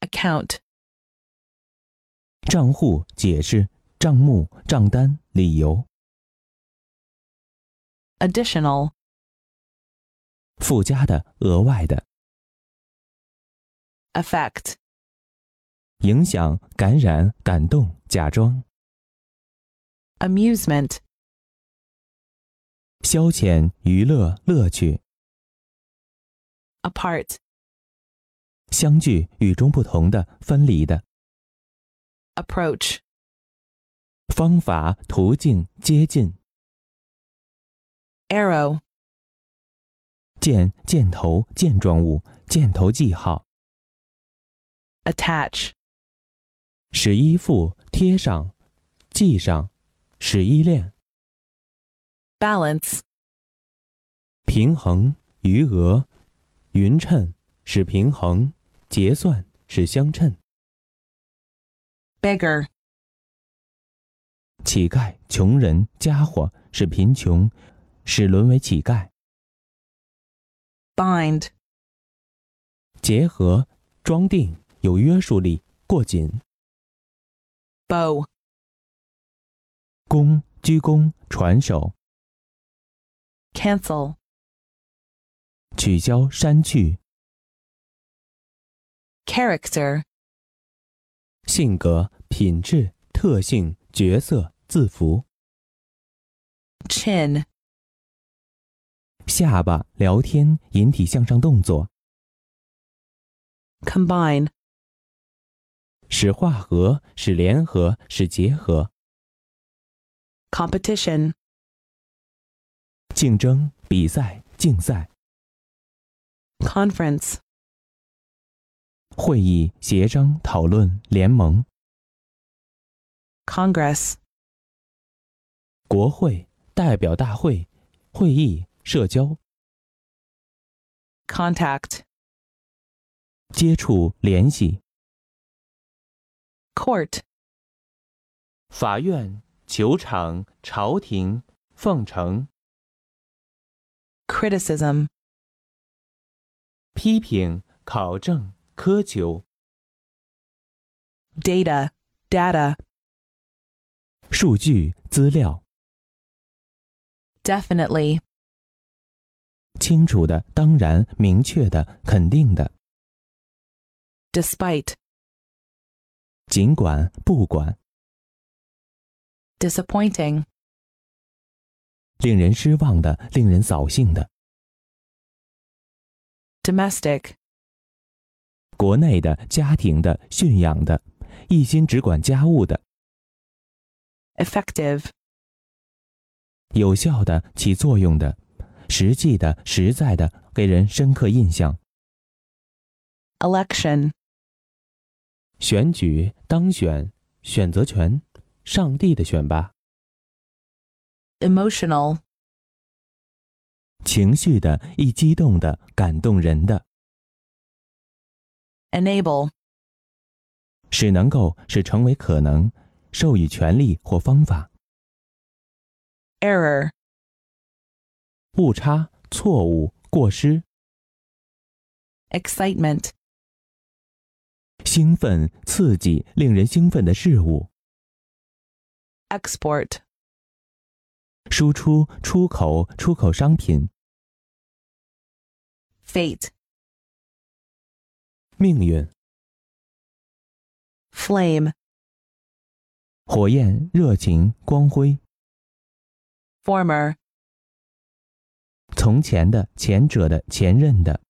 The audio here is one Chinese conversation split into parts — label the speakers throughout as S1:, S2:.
S1: account,
S2: 账户解释账目、账单、理由、
S1: additional,
S2: 附加的、额外的
S1: affect,
S2: 影响、感染、感动、假装、
S1: amusement,
S2: 消遣、娱乐、乐趣、
S1: apart,
S2: 相聚、与众不同的、分离的
S1: approach,
S2: 方法、途径、接近、
S1: arrow,
S2: 箭、箭头、箭状物、箭头记号、
S1: attach,
S2: 使衣服贴上、系上、使衣链、
S1: balance,
S2: 平衡、余额、匀称、使平衡、结算、使相称、
S1: beggar,
S2: 乞丐、穷人、家伙、使贫穷、使沦为乞丐、
S1: bind,
S2: 结合、装订、有约束力、过紧、
S1: bow,
S2: 弓、鞠躬、传手、
S1: cancel,
S2: 取消、删去、
S1: character,
S2: 性格、品质、特性、角色、字符。
S1: chin,
S2: 下巴、聊天、引体向上动作，
S1: combine,
S2: 使化合、使联合、使结合、
S1: competition,
S2: 竞争、比赛、竞赛、
S1: conference,
S2: 会议、协商、讨论、联盟、
S1: congress,
S2: 国会、代表大会、会议、社交、
S1: contact,
S2: 接触、联系、
S1: court,
S2: 法院、球场、朝廷、奉承、
S1: criticism,
S2: 批评、考证、苛求、
S1: data, data,
S2: 数据、资料、
S1: definitely,
S2: 清楚的、当然、明确的、肯定的，
S1: despite,
S2: 尽管、不管。
S1: disappointing,
S2: 令人失望的、令人扫兴的，
S1: domestic,
S2: 国内的、家庭的、驯养的，一心只管家务的，
S1: effective,
S2: 有效的、起作用的，实际的、实在的，给人深刻印象。
S1: election,
S2: 选举、当选、选择权、上帝的选拔、
S1: emotional,
S2: 情绪的、易激动的、感动人的，
S1: enable,
S2: 使能够，使成为可能，授予权利或方法，
S1: error,
S2: 误差、错误、过失。
S1: excitement,
S2: 兴奋、刺激、令人兴奋的事物，
S1: export,
S2: 输出、出口、出口商品、
S1: fate,
S2: 命运、
S1: flame,
S2: 火焰、热情、光辉、
S1: former,
S2: 从前的、前者的、前任的、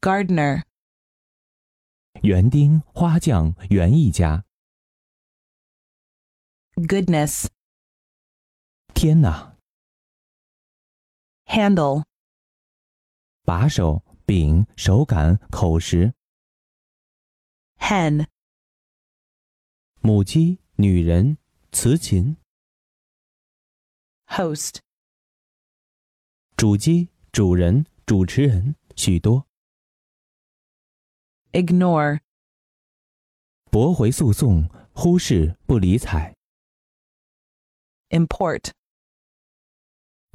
S1: gardener,
S2: 园丁、花匠、园艺家。
S1: goodness,
S2: 天哪！
S1: handle,
S2: 把手、柄、手感、口实、
S1: hen,
S2: 母鸡、女人、雌禽、
S1: host,
S2: 主鸡、主人、主持人，许多。
S1: ignore,
S2: 驳回诉讼，忽视、不理睬。
S1: import,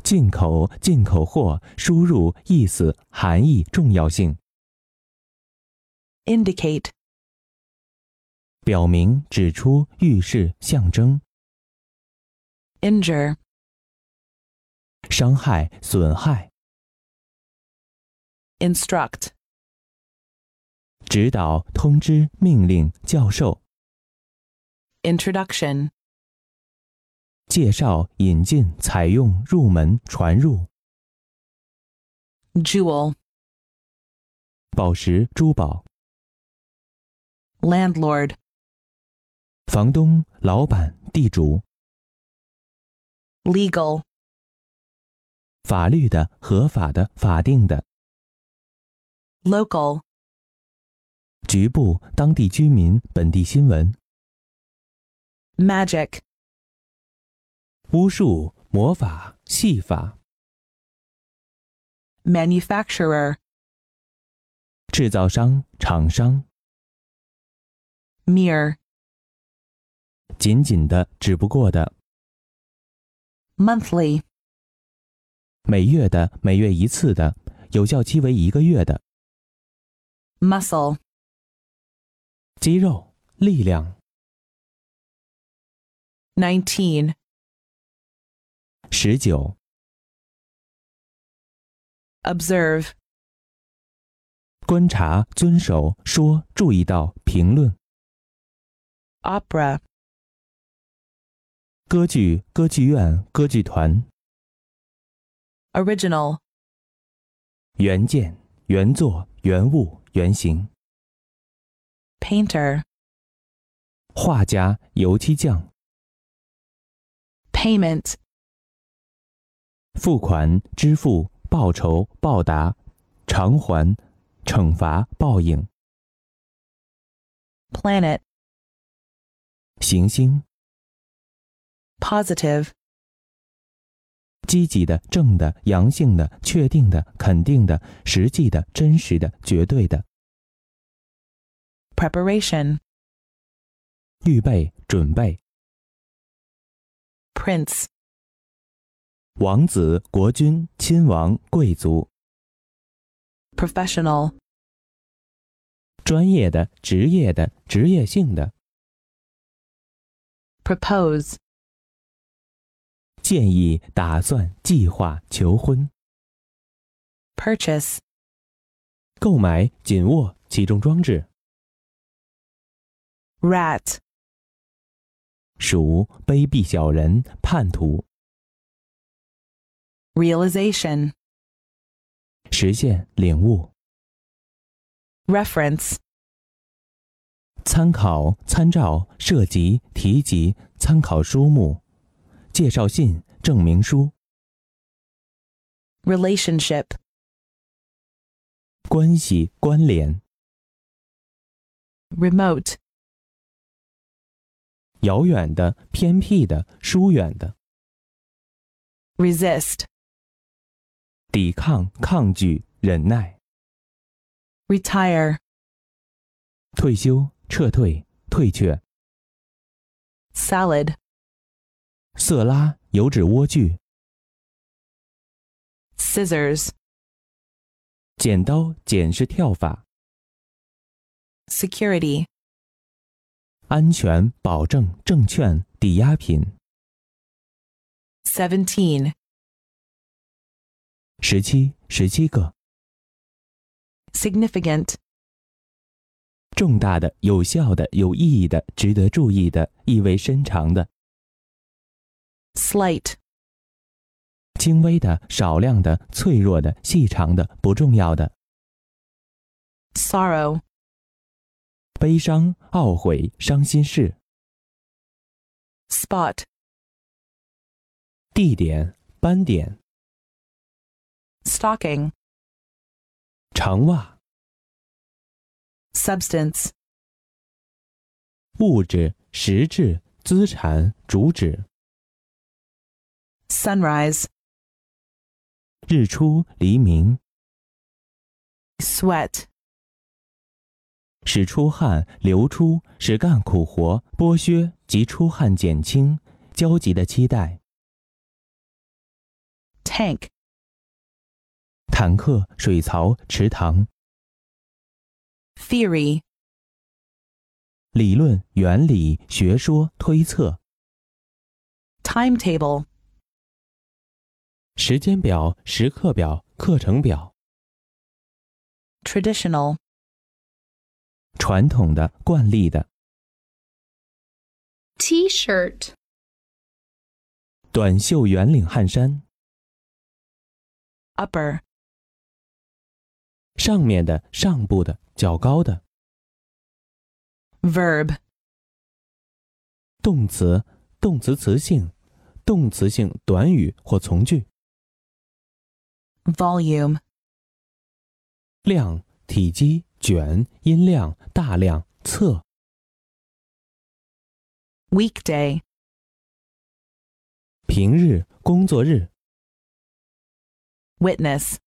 S2: 进口、进口货、输入、意思、含义、重要性。
S1: indicate,
S2: 表明、指出、预示、象征、
S1: injure,
S2: 伤害、损害、
S1: instruct,
S2: 指导、通知、命令、教授、
S1: introduction,
S2: 介绍、引进、采用、入门、传入、
S1: jewel,
S2: 宝石、珠宝、
S1: landlord,
S2: 房东、老板、地主、
S1: legal,
S2: 法律的、合法的、法定的、
S1: local,
S2: 局部、当地居民、本地新闻、
S1: magic,
S2: 巫术、魔法、戏法、
S1: manufacturer,
S2: 制造商、厂商、
S1: mere,
S2: 紧紧的、只不过的、
S1: monthly,
S2: 每月的、每月一次的、有效期为一个月的、
S1: muscle,
S2: 肌肉、力量、
S1: 19,
S2: 十九、
S1: observe,
S2: 观察、遵守、说、注意到、评论、
S1: opera,
S2: 歌剧、歌剧院、歌剧团、
S1: original,
S2: 原件、原作、原物、原型、
S1: painter,
S2: 画家、油漆匠、
S1: payment,
S2: 付款、支付、报酬、报答、偿还、惩罚、报应、
S1: planet,
S2: 行星、
S1: positive,
S2: 积极的、正的、阳性的、确定的、肯定的、实际的、真实的、绝对的、
S1: preparation,
S2: 预备、准备、
S1: prince,
S2: 王子、国君、亲王、贵族、
S1: professional,
S2: 专业的、职业的、职业性的、
S1: propose,
S2: 建议、打算、计划、求婚、
S1: purchase,
S2: 购买、紧握、起重装置、
S1: rat,
S2: 鼠、卑鄙小人、叛徒、
S1: realization,
S2: 实现、领悟。
S1: reference,
S2: 参考、参照、涉及、提及、参考书目、介绍信、证明书、
S1: relationship,
S2: 关系、关联、
S1: remote,
S2: 遥远的、偏僻的、疏远的、
S1: resist,
S2: 抵抗、抗拒、忍耐、
S1: retire,
S2: 退休、撤退、退却、
S1: salad,
S2: 色拉、油脂莴苣、
S1: scissors,
S2: 剪刀、剪式跳法、
S1: security,
S2: 安全、保证、证券、抵押品。
S1: 17,
S2: 十七、十七个
S1: significant,
S2: 重大的、有效的、有意义的、值得注意的、意味深长的。
S1: slight,
S2: 轻微的、少量的、脆弱的、细长的、不重要的、
S1: sorrow,
S2: 悲伤、懊悔、伤心事、
S1: spot,
S2: 地点、斑点、
S1: stocking,
S2: 长袜、
S1: substance,
S2: 物质、实质、资产、主旨、
S1: sunrise,
S2: 日出、黎明、
S1: sweat,
S2: 使出汗流出，使干苦活、剥削及出汗减轻，焦急的期待。
S1: tank,
S2: 坦克、水槽、池塘、
S1: theory,
S2: 理论、原理、学说、推测、
S1: timetable,
S2: 时间表、时刻表、课程表、
S1: traditional,
S2: 传统的、惯例的、
S3: T shirt,
S2: 短袖圆领汗衫，
S1: upper,
S2: 上面的、上部的、较高的，
S1: verb,
S2: 动词、动词词性、动词性短语或从句，
S1: volume,
S2: 量、体积、卷、音量、大量、册、
S1: weekday,
S2: 平日、工作日、
S1: witness,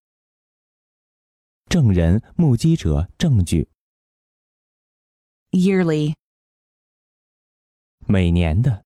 S2: 证人、目击者、证据，
S1: yearly,
S2: 每年的、